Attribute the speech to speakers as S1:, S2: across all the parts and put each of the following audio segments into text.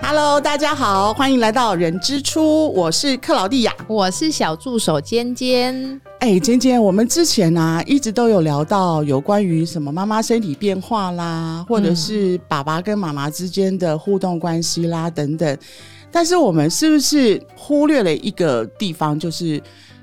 S1: Hello，大家好，欢迎来到人之初，我是克劳蒂亚。
S2: 我是小助手尖尖，
S1: 哎，简简，我们之前啊一直都有聊到有关于什么妈妈身体变化啦，或者是爸爸跟妈妈之间的互动关系啦等等，但是我们是不是忽略了一个地方，就是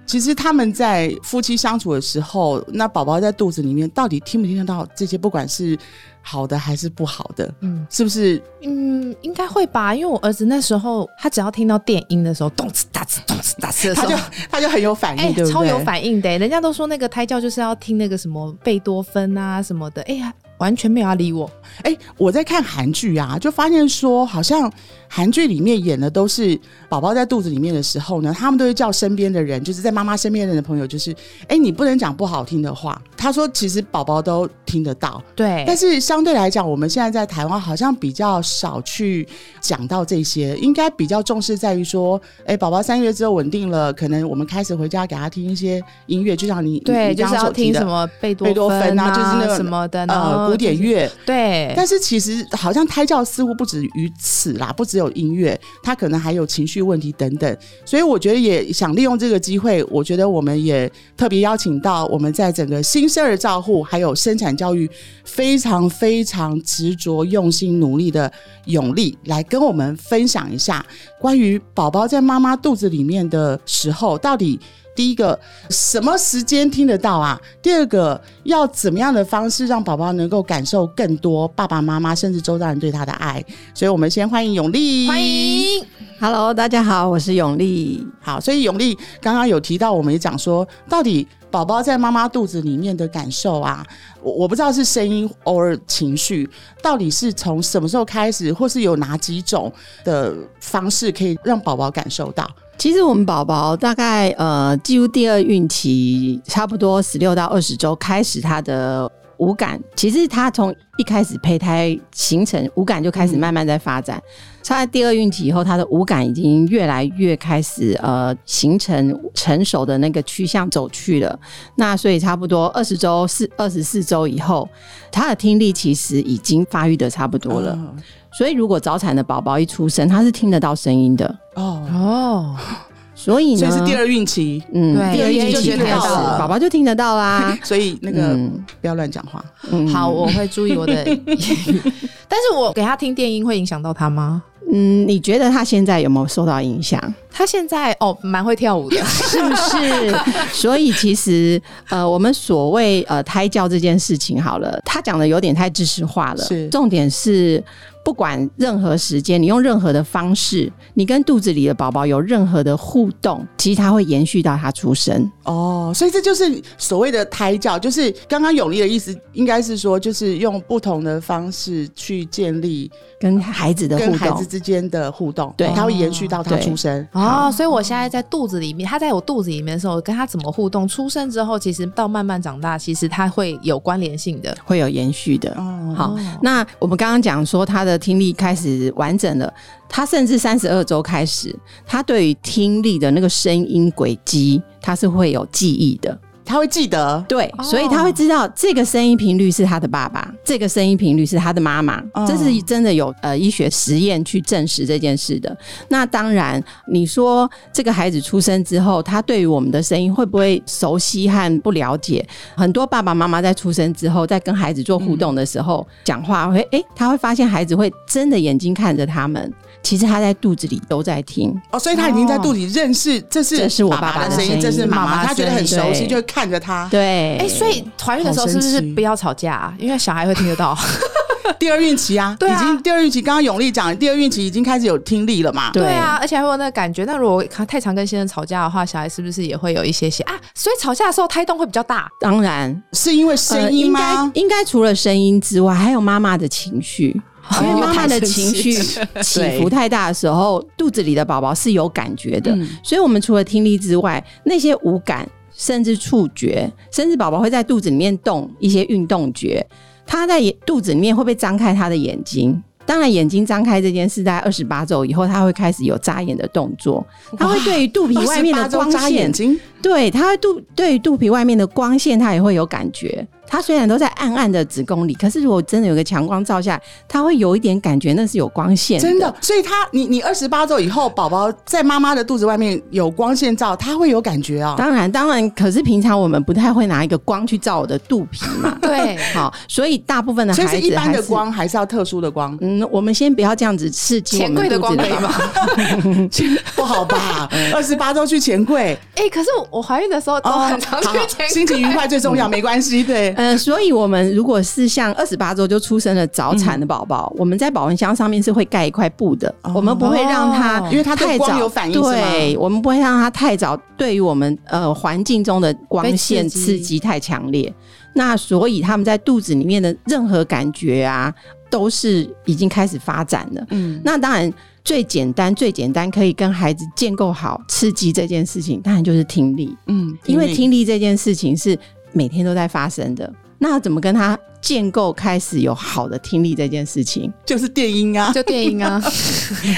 S1: 其实他们在夫妻相处的时候，那宝宝在肚子里面到底听不听得到这些，不管是好的还是不好的，
S2: 嗯
S1: 是不是
S2: 嗯，应该会吧，因为我儿子那时候，他只要听到电音的时候，咚哧哒哧咚哧哒哧的时
S1: 他就
S2: 候。
S1: 他就很有反应，
S2: 哎、
S1: 对不对？
S2: 超有反应的、人家都说那个胎教就是要听那个什么贝多芬啊什么的，哎、呀，完全没有要理我。
S1: 哎、我在看韩剧啊，就发现说，好像韩剧里面演的都是宝宝在肚子里面的时候呢，他们都会叫身边的人，就是在妈妈身边的人的朋友，就是，哎、你不能讲不好听的话。他说，其实宝宝都听得到，
S2: 对，
S1: 但是相对来讲，我们现在在台湾好像比较少去讲到这些，应该比较重视在于说，哎、宝宝三个月之后稳定了，可能我们开始回家给他听一些音乐，就像你
S2: 对，
S1: 你
S2: 就
S1: 刚
S2: 是
S1: 刚
S2: 要
S1: 所提
S2: 听
S1: 的
S2: 什么贝
S1: 贝多芬
S2: 芬
S1: 啊，就是那个
S2: 什么的，然后、
S1: 呃古典，乐。
S2: 对，
S1: 但是其实好像胎教似乎不止于此啦，不只有音乐，它可能还有情绪问题等等。所以我觉得也想利用这个机会，我觉得我们也特别邀请到我们在整个新生儿照护还有生产教育非常非常执着、用心努力的永利来跟我们分享一下关于宝宝在妈妈肚子里面的时候到底。第一个，什么时间听得到啊？第二个，要怎么样的方式让宝宝能够感受更多爸爸妈妈甚至周遭人对他的爱？所以，我们先欢迎永利，
S2: 欢。迎
S3: Hello，大家好，我是永丽。
S1: 好，所以永利刚刚有提到，我们也讲说，到底宝宝在妈妈肚子里面的感受啊，我我不知道是声音偶尔情绪，到底是从什么时候开始，或是有哪几种的方式可以让宝宝感受到？
S3: 其实我们宝宝大概呃进入第二孕期，差不多十六到二十周开始他的五感，其实他从一开始胚胎形成五感就开始慢慢在发展。他在第二孕期以后，他的五感已经越来越开始呃形成成熟的那个趋向走去了。那所以差不多二十周四二十四周以后，他的听力其实已经发育的差不多了。
S1: 嗯
S3: 所以如果早产的宝宝一出生，他是听得到声音的。
S1: 哦，
S2: 哦，
S3: 所以
S1: 所
S3: 呢，
S1: 以是第二孕期，
S3: 嗯，
S2: 对
S3: 第二孕
S1: 就
S3: 期
S1: 听得
S3: 开
S1: 到
S3: 始
S1: 了，。
S3: 宝宝就听得到啦
S1: 所以 那个、
S3: 嗯
S1: 不要乱讲话。
S3: 嗯
S2: 好，，我会注意我 的言语。但是我给他听电音会影响到他吗？
S3: 嗯，你觉得他现在有没有受到 影响？
S2: 他现在哦，蛮会跳舞的。
S3: 是不是？所以其实呃，我们所谓呃胎教这件事情，好了，他讲的有点太知识化了。
S1: 是
S3: 重点是不管任何时间，你用任何的方式，你跟肚子里的宝宝有任何的互动，其实它会延续到他出生。
S1: 哦，所以这就是所谓的胎教，就是刚刚永利的意思，应该是说，就是用不同的方式去建立
S3: 跟孩子的
S1: 跟
S3: 互
S1: 孩子
S3: 动。
S1: 之间的互动，
S3: 对
S1: 它会延续到他
S3: 对
S1: 出生。
S2: 哦，所以我现在在肚子里面，他在我肚子里面的时候，我跟他怎么互动？出生之后，其实到慢慢长大，其实他会有关联性的。
S3: 会有延续的，
S1: 哦
S3: 好，那我们刚刚讲说他的听力开始完整了，他甚至三十二周开始，他对于听力的那个声音轨迹，他是会有记忆的。
S1: 他会记得，
S3: 对，
S2: 哦
S3: 所以他会知道这个声音频率是他的爸爸，这个声音频率是他的妈妈，
S2: 哦
S1: 嗯
S3: 这是真的有呃医学实验去证实这件事的。那当然，你说这个孩子出生之后，他对于我们的声音会不会熟悉和不了解？很多爸爸妈妈在出生之后，在跟孩子做互动的时候，讲话会诶，他会发现孩子会真的眼睛看着他们，其实他在肚子里都在听。
S1: 哦，所以他已经在肚里认识，这是
S3: 哦这是我
S1: 爸
S3: 爸爸
S1: 的
S3: 的
S1: 声
S3: 声音
S1: 这是妈
S2: 妈妈
S1: 妈，
S2: 的
S1: 他觉得很
S3: 声
S1: 熟
S3: 音
S1: 悉，
S3: 对
S1: 就会看着他。
S3: 对，
S2: 哎、所以怀孕的时候
S1: 好
S2: 是
S1: 神
S2: 不
S1: 奇
S2: 是不要吵架、啊？因为小孩会听得到。
S1: 第二孕期啊，
S2: 对啊
S1: 已经第二孕期，刚刚永利讲的，第二孕期已经开始有听力了嘛。
S3: 对
S2: 对啊，而且还会有那个感觉。那如果太常跟先生吵架的话，小孩是不是也会有一些些啊？所以吵架的时候胎动会比较大。。
S3: 当然
S1: 是因为
S3: 呃
S1: 声音吗？
S3: 应该应该除了声音之外，还有妈妈的情绪，
S1: 哦
S3: 因为妈妈的情绪起伏太大的时候，肚子里的宝宝是有感觉的。
S1: 嗯
S3: 所以，我们除了听力之外，那些五感，甚至触觉，甚至宝宝会在肚子里面动一些运动觉，他在眼肚子里面会不会张开他的眼睛？当然，眼睛张开这件事，在二十八周以后，他会开始有眨眼的动作。他会对于肚皮外面的
S1: 28周
S3: 光
S1: 眨
S3: 线
S1: 眼，睛，
S3: 对，它肚对于肚皮外面的光线，它也会有感觉。它虽然都在暗暗的子宫里，可是如果真的有个强光照下来，它会有一点感觉那是有光线
S1: 真的，所以他你你二十八周以后，宝宝在妈妈的肚子外面有光线照，他会有感觉啊、
S3: 当然，当然，可是平常我们不太会拿一个光去照我的肚皮嘛
S2: 对，
S3: 好，所以大部分的
S1: 所以
S3: 孩子还
S1: 是
S3: 是，
S1: 一般的。光还是要特殊的光
S3: 嗯，我们先不要这样子刺激我
S2: 钱
S3: 们
S2: 柜的
S3: 肚子
S2: 光可以吗
S3: 吧？？嗯
S1: 不好 吧？二十八周去钱柜哦
S2: 哎、可是我我怀孕的时候
S3: 哦
S2: 都很常去哦
S1: 好好
S2: 钱柜，
S1: 心情愉快最重要，
S3: 嗯
S1: 没关系。对，
S3: 呃，所以我们如果是像二十八周就出生的早产的宝宝，我们在保温箱上面是会盖一块布的，
S1: 哦
S3: 我们不会让它
S2: 哦
S1: 因为它对
S3: 太早
S1: 光有反应是吗
S3: 对，我们不会让它太早对于我们呃环境中的光线
S2: 被刺激
S3: 刺激太强烈。那所以他们在肚子里面的任何感觉啊，都是已经开始发展了。
S1: 嗯，
S3: 那当然，最简单、最简单可以跟孩子建构好刺激这件事情，当然就是听力。
S1: 嗯，
S3: 因为听力这件事情是每天都在发生的，那要怎么跟他建构开始有好的听力这件事情？
S1: 就是电音 啊，
S2: 就电音啊。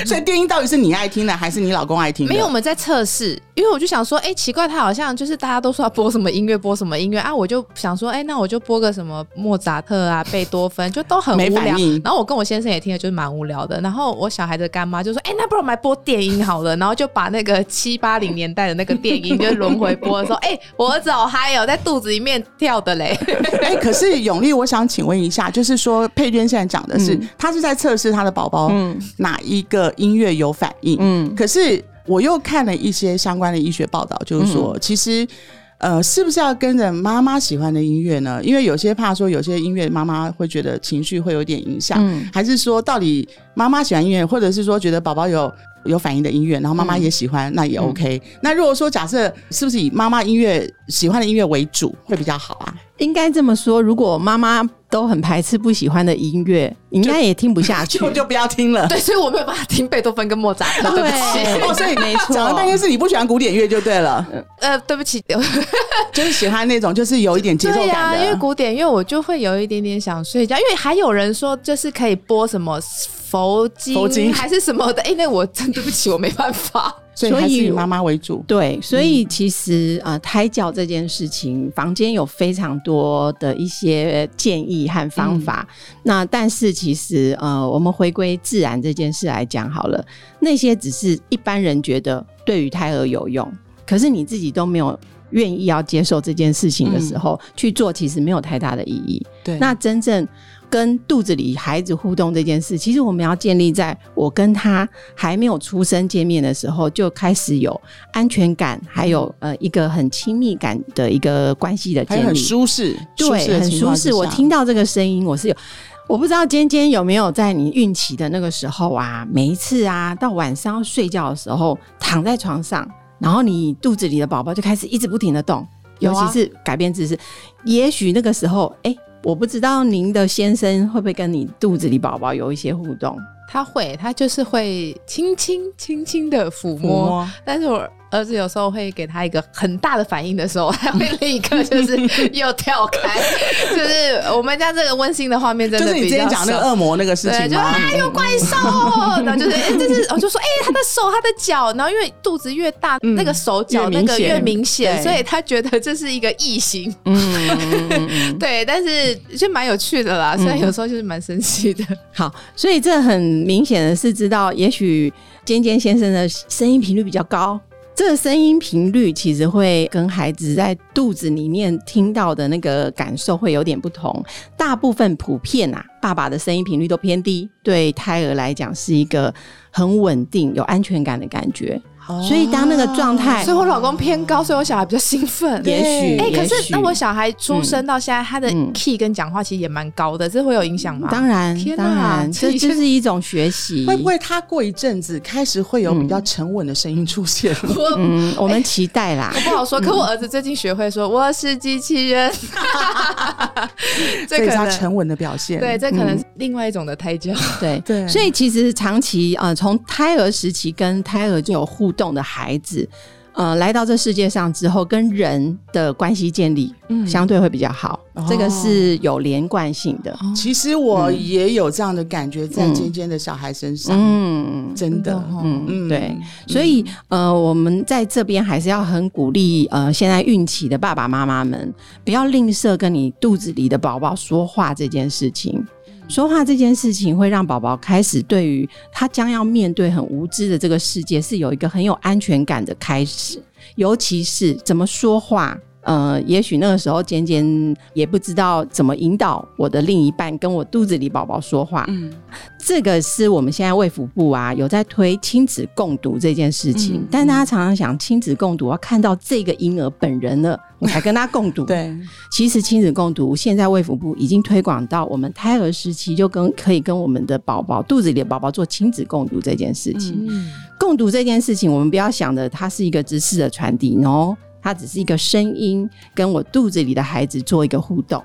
S1: 所以电音到底是你爱听的还是你老公爱听的？
S2: 没有，我，们在测试，因为我就想说，哎、奇怪，他好像就是大家都说要播什么音乐，播什么音乐啊，我就想说，哎、那我就播个什么莫扎特啊、贝多芬，就都很
S1: 没
S2: 无
S1: 反
S2: 聊
S1: 应。
S2: 然后我跟我先生也听了，就是哎蛮无聊的。然后我小孩的干妈就说，哎、那不如我们来播电音好了。然后就把那个七八零年代的那个电音，就是轮回播的时候，哎、我儿子好嗨哦，在肚子里面跳的嘞。
S1: 哎，可是永利，我想请问一下，就是说佩娟现在讲的
S3: 嗯
S1: 是，她是在测试她的宝宝哪一个音乐有反应，
S3: 嗯，
S1: 可是我又看了一些相关的医学报道，就是
S3: 嗯
S1: 说，其实。呃，是不是要跟着妈妈喜欢的音乐呢？因为有些怕说，有些音乐妈妈会觉得情绪会有点影响，
S3: 嗯
S1: 还是说到底妈妈喜欢音乐，或者是说觉得宝宝有有反应的音乐，然后
S3: 嗯
S1: 妈妈也喜欢，那也 OK。那如果说假设是不是以妈妈音乐喜欢的音乐为主会比较好啊？
S3: 应该这么说。如果妈妈都很排斥不喜欢的音乐，应该也听不下 去
S1: 就。就不要听了。
S2: 对，所以我没有办法听贝多芬跟莫扎特，对不起，
S1: 哦，所以
S3: 没 错
S1: 讲了半天是你不喜欢古典乐就对了，
S2: 呃，对不起，
S1: 就是喜欢那种就是有一点节奏
S2: 对呀，
S3: 啊
S1: 感的。
S2: 因为古典乐我就会有一点点想睡觉，因为还有人说就是可以播什么佛经
S1: 佛经
S2: 还是什么的，哎、那我 真对不起，我没办法。
S1: 所以
S3: 所
S1: 还是
S3: 以
S1: 以
S3: 我
S1: 妈妈为主。
S3: 对，所以其实呃，胎教这件事情，房间有非常多的一些建议和方法。那但是其实呃，我们回归自然这件事来讲好了，那些只是一般人觉得对于胎儿有用，可是你自己都没有愿意要接受这件事情的时候、去做，其实没有太大的意义。
S1: 对
S3: 那真正跟肚子里孩子互动这件事，其实我们要建立在我跟他还没有出生见面的时候，就开始有安全感，还有呃一个很亲密感的一个关系的
S1: 还有
S3: 建
S1: 很
S3: 立。
S1: 舒适，适
S3: 对，
S1: 的
S3: 很
S1: 情
S3: 舒
S1: 况
S3: 适。
S1: 之
S3: 我
S1: 下
S3: 听到这个声音，我是有。我不知道尖尖有没有在你孕期的那个时候啊，每一次啊，到晚上要睡觉的时候，躺在床上，然后你肚子里的宝宝就开始一直不停的动，
S2: 有
S3: 尤
S2: 啊
S3: 其是改变姿势。也许那个时候，哎、我不知道您的先生会不会跟你肚子里宝宝有一些互动。
S2: 他会，他就是会轻轻轻轻的抚
S1: 抚
S2: 摸，
S1: 摸，
S2: 但是我儿子有时候会给他一个很大的反应的时候，他会立刻就是又跳 开，就是我们家这个温馨的画面真
S1: 就
S2: 的
S1: 是你
S2: 比
S1: 之
S2: 较少。
S1: 前讲那个恶魔那个事
S2: 对，
S1: 情
S2: 就
S1: 吗
S2: 啊？有怪 兽，然后就是哎、这是我就说哎、他的手他的脚，然后因为肚子越大，
S1: 嗯
S2: 那个手脚那
S3: 越明
S2: 个越
S3: 显
S2: 明显，
S1: 对
S2: 所以他觉得这是一个异形。
S3: 嗯，
S2: 对，但是就蛮有趣的啦，虽然
S3: 嗯
S2: 有时候就是蛮生气的。
S3: 好，所以这很明显的是知道，也许尖尖先生的声音频率比较高。这个声音频率其实会跟孩子在肚子里面听到的那个感受会有点不同。大部分普遍啊，爸爸的声音频率都偏低，对胎儿来讲是一个很稳定、有安全感的感觉。
S1: 哦
S3: 所以当那个状态
S2: 所以我老公偏高，所以我小孩比较兴奋。
S3: 哎也许，
S2: 哎、可
S3: 也
S2: 是
S3: 许
S2: 那我小孩出生到现在，他的
S3: 嗯
S2: key 跟讲话其实也蛮高的，这会有影响吗？
S3: 当然，
S2: 天哪
S3: 当然，
S2: 这
S3: 这
S2: 已经
S3: 就是一种学习。
S1: 会不会他过一阵子开始会有比较沉稳的声音出 现？
S2: 我
S3: 嗯，我们期待啦。
S2: 我不好说，可我儿子最近学会说我是机器 人，
S1: 这
S2: 这可
S1: 是他
S2: 能
S1: 沉稳的表现。
S2: 对，，这可
S1: 嗯
S2: 能是另外一种的胎教。
S3: 对
S1: 对
S3: 所以其实长期呃，从胎儿时期跟胎儿就有互动的孩子，呃来到这世界上之后，跟人的关系建立
S2: 嗯
S3: 相对会比较好，
S1: 哦
S3: 这个是有连贯性的。
S1: 其实我也有这样的感觉，在尖尖的小孩身上，
S3: 嗯
S1: 真的，
S3: 嗯
S1: 嗯，
S3: 对，所以呃，我们在这边还是要很鼓励呃，现在孕期的爸爸妈妈们，不要吝啬跟你肚子里的宝宝说话这件事情。说话这件事情会让宝宝开始对于他将要面对很无知的这个世界是有一个很有安全感的开始，尤其是怎么说话。呃，也许那个时候尖尖也不知道怎么引导我的另一半跟我肚子里宝宝说话，
S1: 嗯，
S3: 这个是我们现在卫福部啊有在推亲子共读这件事情，
S1: 嗯
S3: 但大家常常想亲子共读，要看到这个婴儿本 人了，我才跟他共读。，
S1: 对，
S3: 其实亲子共读现在卫福部已经推广到我们胎儿时期就跟可以跟我们的宝宝肚子里的宝宝做亲子共读这件事情。
S1: 嗯
S2: 嗯
S3: 共读这件事情，我们不要想的它是一个知识的传递哦，它只是一个声音跟我肚子里的孩子做一个互动。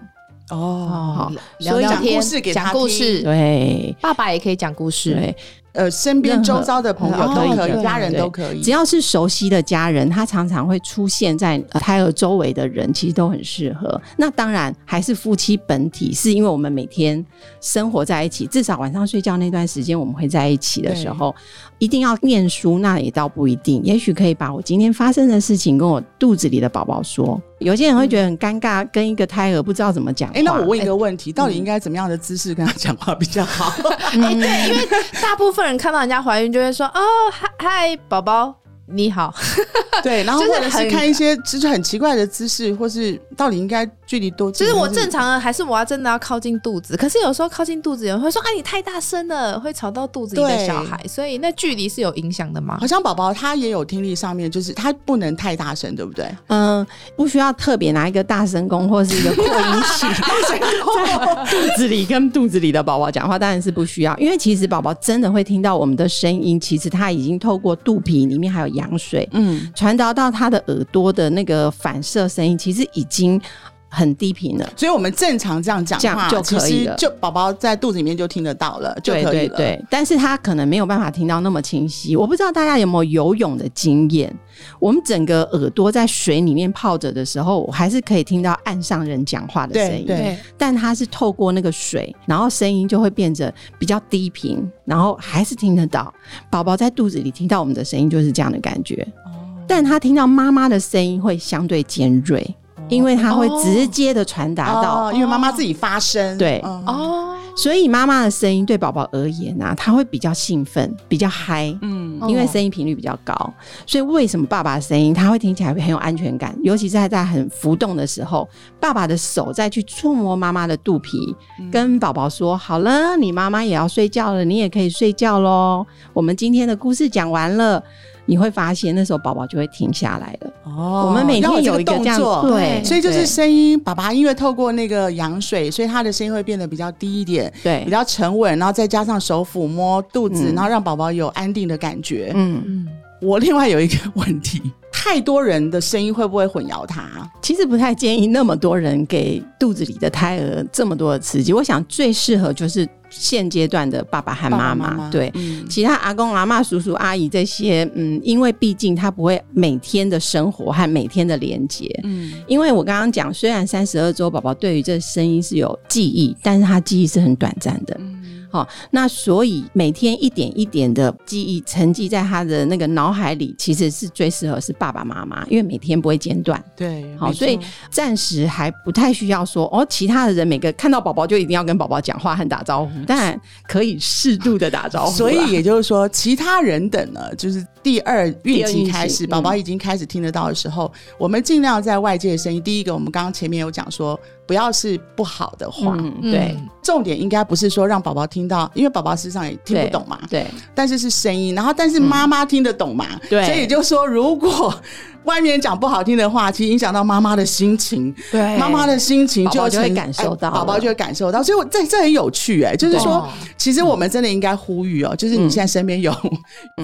S1: 哦，
S3: 好
S2: 哦，聊
S3: 所以
S2: 聊
S3: 讲
S2: 天，
S1: 故事给
S2: 讲
S1: 他
S2: 故
S1: 听
S2: 事，
S3: 对
S2: 爸爸也可以讲故事，
S3: 对，
S1: 呃，身边
S3: 任何
S1: 周遭的朋友
S3: 哦
S1: 都可
S3: 可
S1: 以，
S3: 以
S1: 家人
S3: 对
S1: 都可以，
S3: 只要是熟悉的家人，他常常会出现在呃胎儿周围的人，其实都很适合。那当然还是夫妻本体，是因为我们每天生活在一起，至少晚上睡觉那段时间我们会在一起的时候，一定要念书，那也倒不一定。也许可以把我今天发生的事情跟我肚子里的宝宝说。有些人会觉得很尴尬，跟一个胎儿不知道怎么讲话。嗯
S1: 哎、那我问一个问题，到底应该怎么样的姿势跟他讲话比较 好？
S2: 啊对，因为大部分人看到人家怀孕就会说哦，嗨嗨，宝宝你好，
S1: 对，然后
S2: 就是
S1: 或者是
S2: 很
S1: 看一些就是很奇怪的姿势，或是到底应该距离多
S2: 就
S1: 近？
S2: 是我
S1: 或
S2: 正常的，还是我要真的要靠近肚子？可是有时候靠近肚子，有人会说：“啊，你太大声了，会吵到肚子里的
S1: 对
S2: 小孩。”所以那距离是有影响的吗
S1: 好？像宝宝他也有听力上面，就是他不能太大声，对不对？
S3: 嗯，不需要特别拿一个大声公或是一个扩音 器在肚子里跟肚子里的宝宝讲话，当然是不需要，因为其实宝宝真的会听到我们的声音，其实他已经透过肚皮里面还有羊水
S1: 嗯，
S3: 传导到他的耳朵的那个反射声音，其实已经很低频了。
S1: 所以我们正常这样讲
S3: 这
S1: 话
S3: 样就可以
S1: 其实
S3: 了
S1: 就宝宝在肚子里面就听得到了，就可以
S3: 对
S1: 了。
S3: 对对，但是他可能没有办法听到那么清晰。我不知道大家有没有游泳的经验。我们整个耳朵在水里面泡着的时候，我还是可以听到岸上人讲话的声音。
S1: 对
S2: 对，
S3: 但它是透过那个水，然后声音就会变得比较低频，然后还是听得到。宝宝在肚子里听到我们的声音，就是这样的感觉。但他听到妈妈的声音会相对尖锐，因为他会直接的传达到。
S1: 哦，因为妈妈自己发声，
S3: 对
S1: 嗯
S2: 哦，
S3: 所以妈妈的声音对宝宝而言啊，他会比较兴奋，比较嗨。
S1: 嗯，
S3: 因为声音频率比较高，所以为什么爸爸的声音他会听起来会很有安全感？尤其是在在很浮动的时候，爸爸的手再去触摸妈妈的肚皮，
S1: 嗯
S3: 跟宝宝说：“好了，你妈妈也要睡觉了，你也可以睡觉喽。”我们今天的故事讲完了，你会发现那时候宝宝就会停下来了。
S1: 哦
S3: 我们每
S1: 要
S3: 天
S1: 这
S3: 有一个
S1: 动
S3: 这样
S1: 作，
S3: 对，
S1: 所以就是
S3: 对
S1: 声音，爸爸因为透过那个羊水，所以他的声音会变得比较低一点，
S3: 对
S1: 比较沉稳，然后再加上手抚摸肚子，
S3: 嗯
S1: 然后让宝宝有安定的感觉。
S3: 嗯。
S2: 嗯，
S1: 我另外有一个问题，太多人的声音会不会混淆他？
S3: 其实不太建议那么多人给肚子里的胎儿这么多的刺激。我想最适合就是现阶段的爸爸和妈
S1: 爸爸
S3: 妈，对。
S1: 嗯
S3: 其他阿公、阿妈、叔叔、阿姨这些，嗯，因为毕竟他不会每天的生活和每天的连接。
S1: 嗯，
S3: 因为我刚刚讲，虽然三十二周宝宝对于这声音是有记忆，但是他记忆是很短暂的。
S1: 嗯
S3: 好、那所以每天一点一点的记忆沉积在他的那个脑海里，其实是最适合是爸爸妈妈，因为每天不会间断。
S1: 对，
S3: 好，
S1: 没错
S3: 所以暂时还不太需要说哦，其他的人每个看到宝宝就一定要跟宝宝讲话和打招呼，当然可以适度的打招呼啦。啊
S1: 所以也就是说，其他人等呢，就是第二孕期开
S3: 第二嗯
S1: 始，
S3: 孕期
S1: 宝宝已经开始听得到的时候，我们尽量在外界的声音。第一个，我们刚刚前面有讲说，不要是不好的话，
S3: 嗯，
S2: 嗯
S3: 对，
S1: 重点应该不是说让宝宝听到，因为宝宝事实上也听不
S3: 对
S1: 懂嘛，
S3: 对嗯
S1: 但是是声音，然后但是妈妈听得懂嘛，
S3: 对
S1: 所以也就是说，如果外面讲不好听的话，其实影响到妈妈的心情，
S3: 对
S1: 妈妈的心情
S3: 宝宝就会
S1: 成
S3: 感受到哦
S1: 哎宝宝
S3: 了
S1: 就会感受到。所以我这这很有趣哎、就是说
S2: 对，
S1: 其实我们真的应该呼吁
S3: 嗯
S1: 哦，就是你现在身边有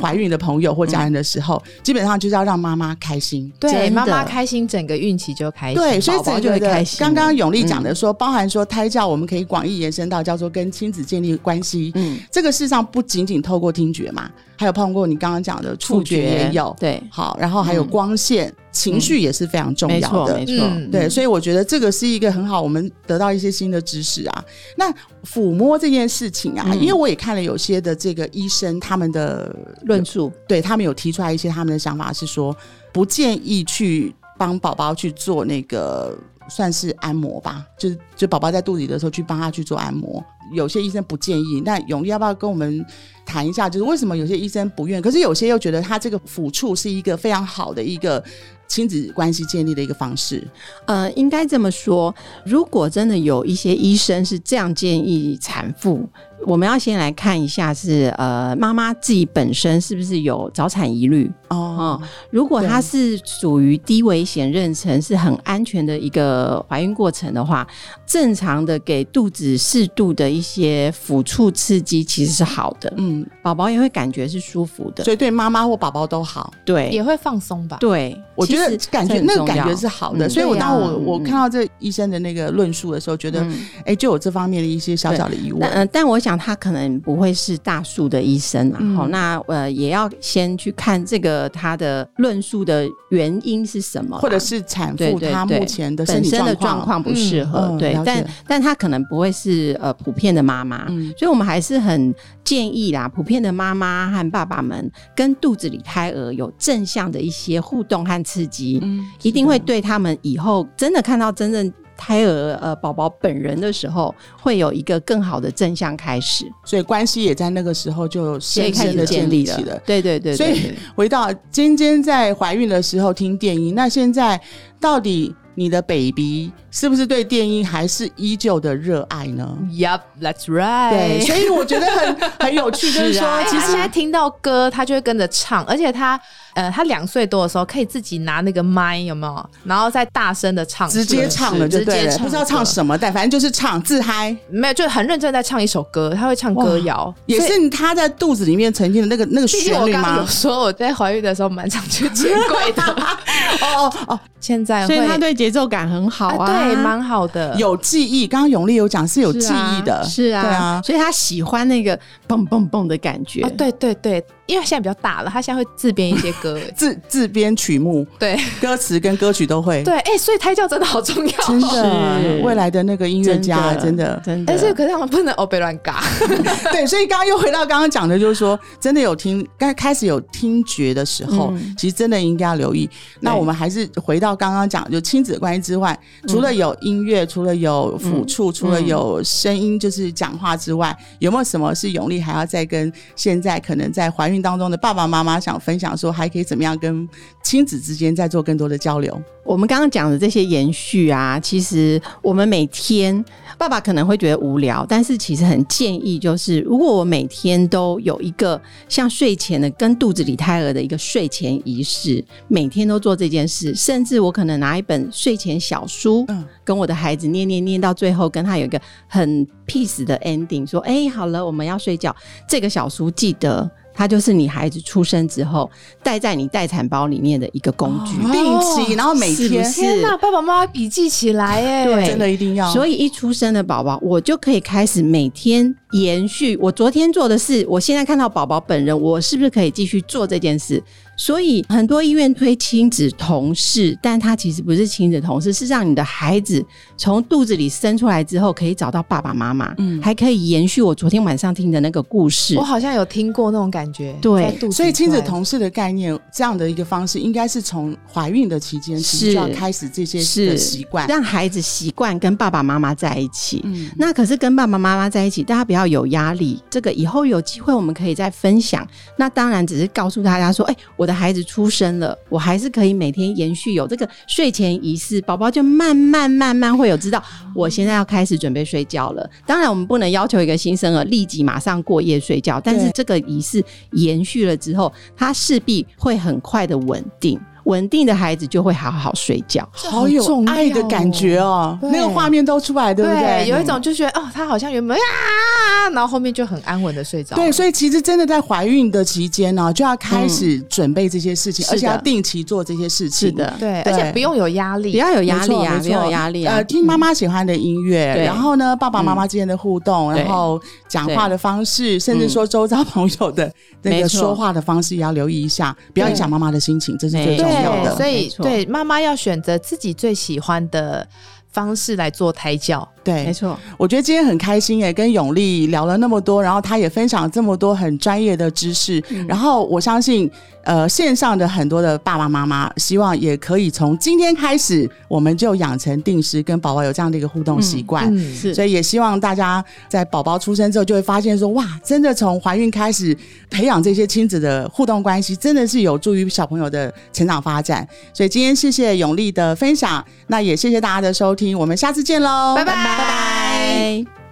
S1: 怀孕的朋友或家人的时候，
S3: 嗯
S1: 基本上就是要让妈妈开心。
S2: 对，
S3: 真的
S2: 妈妈开心，整个孕期就开心。
S1: 对，所以
S3: 宝宝
S1: 整
S3: 就
S1: 个
S3: 会
S1: 的
S3: 开心嗯
S1: 刚刚永丽讲的说，包含说胎教，我们可以广义延伸到叫做跟亲子建立关系。
S3: 嗯，
S1: 这个事实上不仅仅透过听觉嘛，还有碰过你刚刚讲的触觉也有。
S3: 对，
S1: 好，然后还有
S3: 嗯
S1: 光线、情绪也是非常重
S3: 没
S1: 要
S3: 错
S1: 的
S3: 没。错，
S2: 嗯
S1: 对，所以我觉得这个是一个很好，我们得到一些新的知识啊。那抚摸这件事情啊，
S3: 嗯
S1: 因为我也看了有些的这个医生他们的
S3: 论述
S1: 对他们有提出来一些他们的想法，是说不建议去帮宝宝去做那个算是按摩吧，就是就宝宝在肚子里的时候去帮他去做按摩。有些医生不建议，那永利要不要跟我们谈一下？就是为什么有些医生不愿，可是有些又觉得他这个抚触是一个非常好的一个亲子关系建立的一个方式。
S3: 呃，应该这么说，如果真的有一些医生是这样建议产妇，我们要先来看一下是呃妈妈自己本身是不是有早产疑虑。
S1: 哦，
S3: 如果她是属于低危险妊娠，是很安全的一个怀孕过程的话，正常的给肚子适度的一些抚触刺激其实是好的，
S1: 嗯，
S3: 宝宝也会感觉是舒服的。
S1: 所以对妈妈或宝宝都好。
S3: 对
S2: 也会放松吧。
S3: 对，
S1: 我觉得
S3: 其实
S1: 感觉
S3: 这很
S1: 那个
S3: 重
S1: 感觉
S3: 要
S1: 是好的，
S3: 嗯
S1: 所以我
S2: 对呀
S1: 当我、
S3: 嗯
S1: 我
S3: 嗯
S1: 看到这医生的那个论述的时候，觉得哎、
S3: 嗯
S1: 诶就有这方面的一些小小的疑
S3: 但
S1: 问。
S3: 呃，但我想他可能不会是大数的医生啦。
S1: 嗯
S3: 好、那呃，也要先去看这个他的论述的原因是什么啦，
S1: 或者是产
S3: 对
S1: 妇
S3: 对
S1: 她
S3: 对
S1: 目前的身
S3: 本
S1: 体
S3: 身的
S1: 状
S3: 状，况不适合。
S1: 嗯嗯
S3: 对
S1: 了，
S3: 但
S1: 解
S3: 但他可能不会是呃普遍的妈妈。
S1: 嗯
S3: 所以，我们还是很建议啦，普遍的妈妈和爸爸们跟肚子里胎儿有正向的一些互动和刺激，
S1: 嗯，
S3: 一定会
S1: 是的
S3: 对他们以后真的看到真正胎儿呃宝宝本人的时候，会有一个更好的正向开始。
S1: 所以关系也在那个时候就
S3: 所以
S1: 深
S3: 开
S1: 深
S3: 始
S1: 的
S3: 建
S1: 建
S3: 立
S1: 立
S3: 了
S1: 起了。。
S3: 对对对，
S1: 所以回到尖尖在怀孕的时候听电音，那现在到底你的 baby 是不是对电音还是依旧的热爱呢？
S2: Yup, that's right。
S1: 对，所以我觉得很 很有趣，就是
S3: 哎是
S1: 说
S3: 啊
S2: 哎，
S1: 其
S2: 他
S1: 实
S2: 现在听到歌，他就会跟着唱，而且他，呃，他两岁多的时候可以自己拿那个麦，有没有？然后再大声哦的唱，
S1: 直接唱了就
S2: 直
S1: 对
S2: 接
S1: 了，
S2: 唱，
S1: 不知道唱
S2: 么，
S1: 什么，但反正就是唱自嗨，
S2: 没有，就很认真地在唱一首歌，他会唱歌谣，
S1: 也
S2: 所以。
S1: 哦是他在肚子里面沉浸的那个那个
S2: 毕竟我
S1: 旋律
S2: 刚刚有
S1: 吗？
S2: 说我在怀孕的时候蛮常去钱 柜的，
S1: 哦哦哦，
S2: 现在
S3: 所
S2: 会
S3: 以他对节奏感很好啊，
S2: 对蛮好的，
S1: 有记忆。刚刚永丽有讲是有记忆的，
S3: 是啊，
S1: 对啊，
S3: 所以他喜欢那个蹦蹦蹦的感觉。
S2: 啊，对对对，因为现在比较大了，他现在会自编一些 歌，哎
S1: 自自编曲目、
S2: 对
S1: 歌词跟歌曲都会，
S2: 对，哎，所以胎教真的好重要哦，
S1: 真的
S3: 是，
S1: 未来的那个音乐
S3: 真的，
S1: 家真的。
S3: 真的，
S2: 但是可是他们不能欧贝乱嘎，
S1: 对，所以刚刚又回到刚刚讲的，就是说，真的有听，刚开始有听觉的时候，
S3: 嗯
S1: 其实真的应该要留意。那
S3: 对嗯
S1: 我们还是回到刚刚讲，就亲子关系之外，除了有音乐，除了有抚触，除了有声音，就是讲话之外，有没有什么是永利还要再跟现在可能在怀孕当中的爸爸妈妈想分享，说还可以怎么样跟亲子之间再做更多的交流？
S3: 我们刚刚讲的这些延续啊，其实我们每天爸爸可能会觉得无聊，但是其实很建议，就是如果我每天都有一个像睡前的跟肚子里胎儿的一个睡前仪式，每天都做这件事，甚至我可能拿一本睡前小书，
S1: 嗯
S3: 跟我的孩子念念念到最后，跟他有一个很 peace 的 ending，说：“哎、好了，我们要睡觉。”这个小书记得。它就是你孩子出生之后带在你待产包里面的一个工具，
S2: 哦
S1: 定期，然后每
S3: 是不
S1: 天，
S3: 是
S2: 天呐，爸爸妈妈笔记起来哎，
S3: 对
S1: 真的一定要。
S3: 所以一出生的宝宝，我就可以开始每天延续我昨天做的事。我现在看到宝宝本人，我是不是可以继续做这件事？所以很多医院推亲子同事，但它其实不是亲子同事，是让你的孩子从肚子里生出来之后，可以找到爸爸妈妈，
S1: 嗯
S3: 还可以延续我昨天晚上听的那个故事
S2: 我。好像有听过那种感觉，
S3: 对
S2: 在肚子里
S1: 所以亲子
S2: 出来
S1: 同事的概念，这样的一个方式，应该是从怀孕的期间其实
S3: 是
S1: 就要开始这些的
S3: 是
S1: 习惯。
S3: 让孩子习惯跟爸爸妈妈在一起。
S1: 嗯
S3: 那可是跟爸爸妈妈在一起，大家不要有压力。这个以后有机会我们可以再分享。那当然只是告诉大家说，哎、我的孩子出生了，我还是可以每天延续有这个睡前仪式，宝宝就慢慢慢慢会有知道，我现在要开始准备睡觉了。当然，我们不能要求一个新生儿立即马上过夜睡觉，但是
S1: 对
S3: 这个仪式延续了之后，他势必会很快的稳定。稳定的孩子就会好好睡觉。
S1: 好有爱的感觉哦，
S2: 对
S1: 那个画面都出来，对不嗯对？
S2: 有一种就觉得哦，他好像原本啊，然后后面就很安稳的睡着。
S1: 对，所以其实真的在怀孕的期间呢、就要开始准备这些事情，
S3: 是的
S1: 而且要定期做这些事情。
S3: 是的，
S1: 对
S2: 对，而且不用有压
S3: 不
S2: 力。
S3: 要有
S1: 没
S3: 压
S1: 错，
S3: 力啊，
S1: 没
S3: 不
S1: 错
S3: 要有压力啊。
S1: 呃，听妈妈喜欢的音乐，
S3: 对
S1: 然后呢，爸爸妈妈之间的互动，
S3: 对嗯
S1: 然后讲话的方式，甚至说周遭朋友的那
S3: 没
S1: 个
S3: 错
S1: 说话的方式，也要留意一下，不要影响妈妈的心情，这是最
S3: 没错
S1: 重要
S2: 对，
S1: 的。
S2: 所以
S3: 没错
S2: 对妈妈要选择自己最喜欢的方式来做胎教。
S3: 没
S1: 对，
S3: 错，
S1: 我觉得今天很开心耶，跟永利聊了那么多，然后她也分享了这么多很专业的知识，
S3: 嗯
S1: 然后我相信，呃，线上的很多的爸爸妈妈，希望也可以从今天开始，我们就养成定时跟宝宝有这样的一个互动习惯。
S2: 嗯，
S3: 是
S1: 所以也希望大家在宝宝出生之后，就会发现说，哇，真的从怀孕开始培养这些亲子的互动关系，真的是有助于小朋友的成长发展。所以今天谢谢永利的分享，那也谢谢大家的收听，我们下次见喽，
S2: 拜拜
S3: 拜。